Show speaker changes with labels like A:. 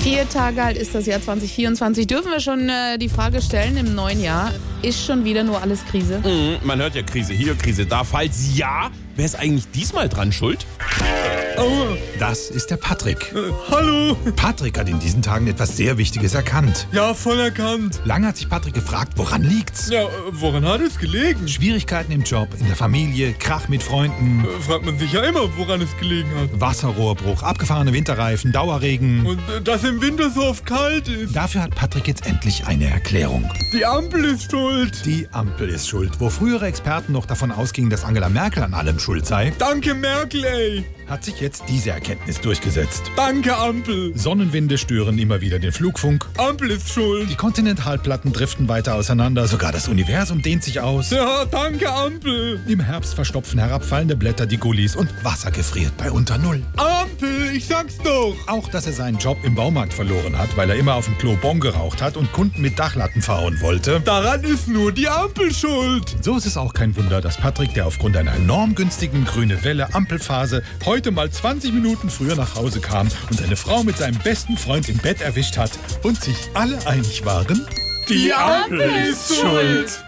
A: Vier Tage alt ist das Jahr 2024. Dürfen wir schon äh, die Frage stellen im neuen Jahr? Ist schon wieder nur alles Krise?
B: Mhm, Man hört ja Krise hier, Krise da. Falls ja, wer ist eigentlich diesmal dran schuld?
C: Das ist der Patrick.
D: Äh, Hallo!
C: Patrick hat in diesen Tagen etwas sehr Wichtiges erkannt.
D: Ja, voll erkannt.
C: Lange hat sich Patrick gefragt, woran liegt's?
D: Ja, äh, woran hat es gelegen?
C: Schwierigkeiten im Job, in der Familie, Krach mit Freunden,
D: Äh, Fragt man sich ja immer, woran es gelegen hat.
C: Wasserrohrbruch, abgefahrene Winterreifen, Dauerregen.
D: Und äh, dass im Winter so oft kalt ist.
C: Dafür hat Patrick jetzt endlich eine Erklärung.
D: Die Ampel ist schuld.
C: Die Ampel ist schuld. Wo frühere Experten noch davon ausgingen, dass Angela Merkel an allem schuld sei,
D: Danke Merkel, ey.
C: hat sich jetzt diese Erkenntnis durchgesetzt.
D: Danke Ampel.
C: Sonnenwinde stören immer wieder den Flugfunk.
D: Ampel ist schuld.
C: Die Kontinentalplatten driften weiter auseinander, sogar das Universum dehnt sich aus.
D: Ja, danke Ampel.
C: Im Herbst verstopfen herabfallende Blätter die Gullis und Wasser gefriert bei unter Null.
D: Ampel, ich sag's doch.
C: Auch, dass er seinen Job im Baumarkt verloren hat, weil er immer auf dem Klo Bon geraucht hat und Kunden mit Dachlatten verhauen wollte.
D: Daran ist nur die Ampel schuld.
C: So ist es auch kein Wunder, dass Patrick, der aufgrund einer enorm günstigen grüne Welle Ampelphase heute mal 20 Minuten früher nach Hause kam und seine Frau mit seinem besten Freund im Bett erwischt hat und sich alle einig waren,
D: Die Ampel ist schuld.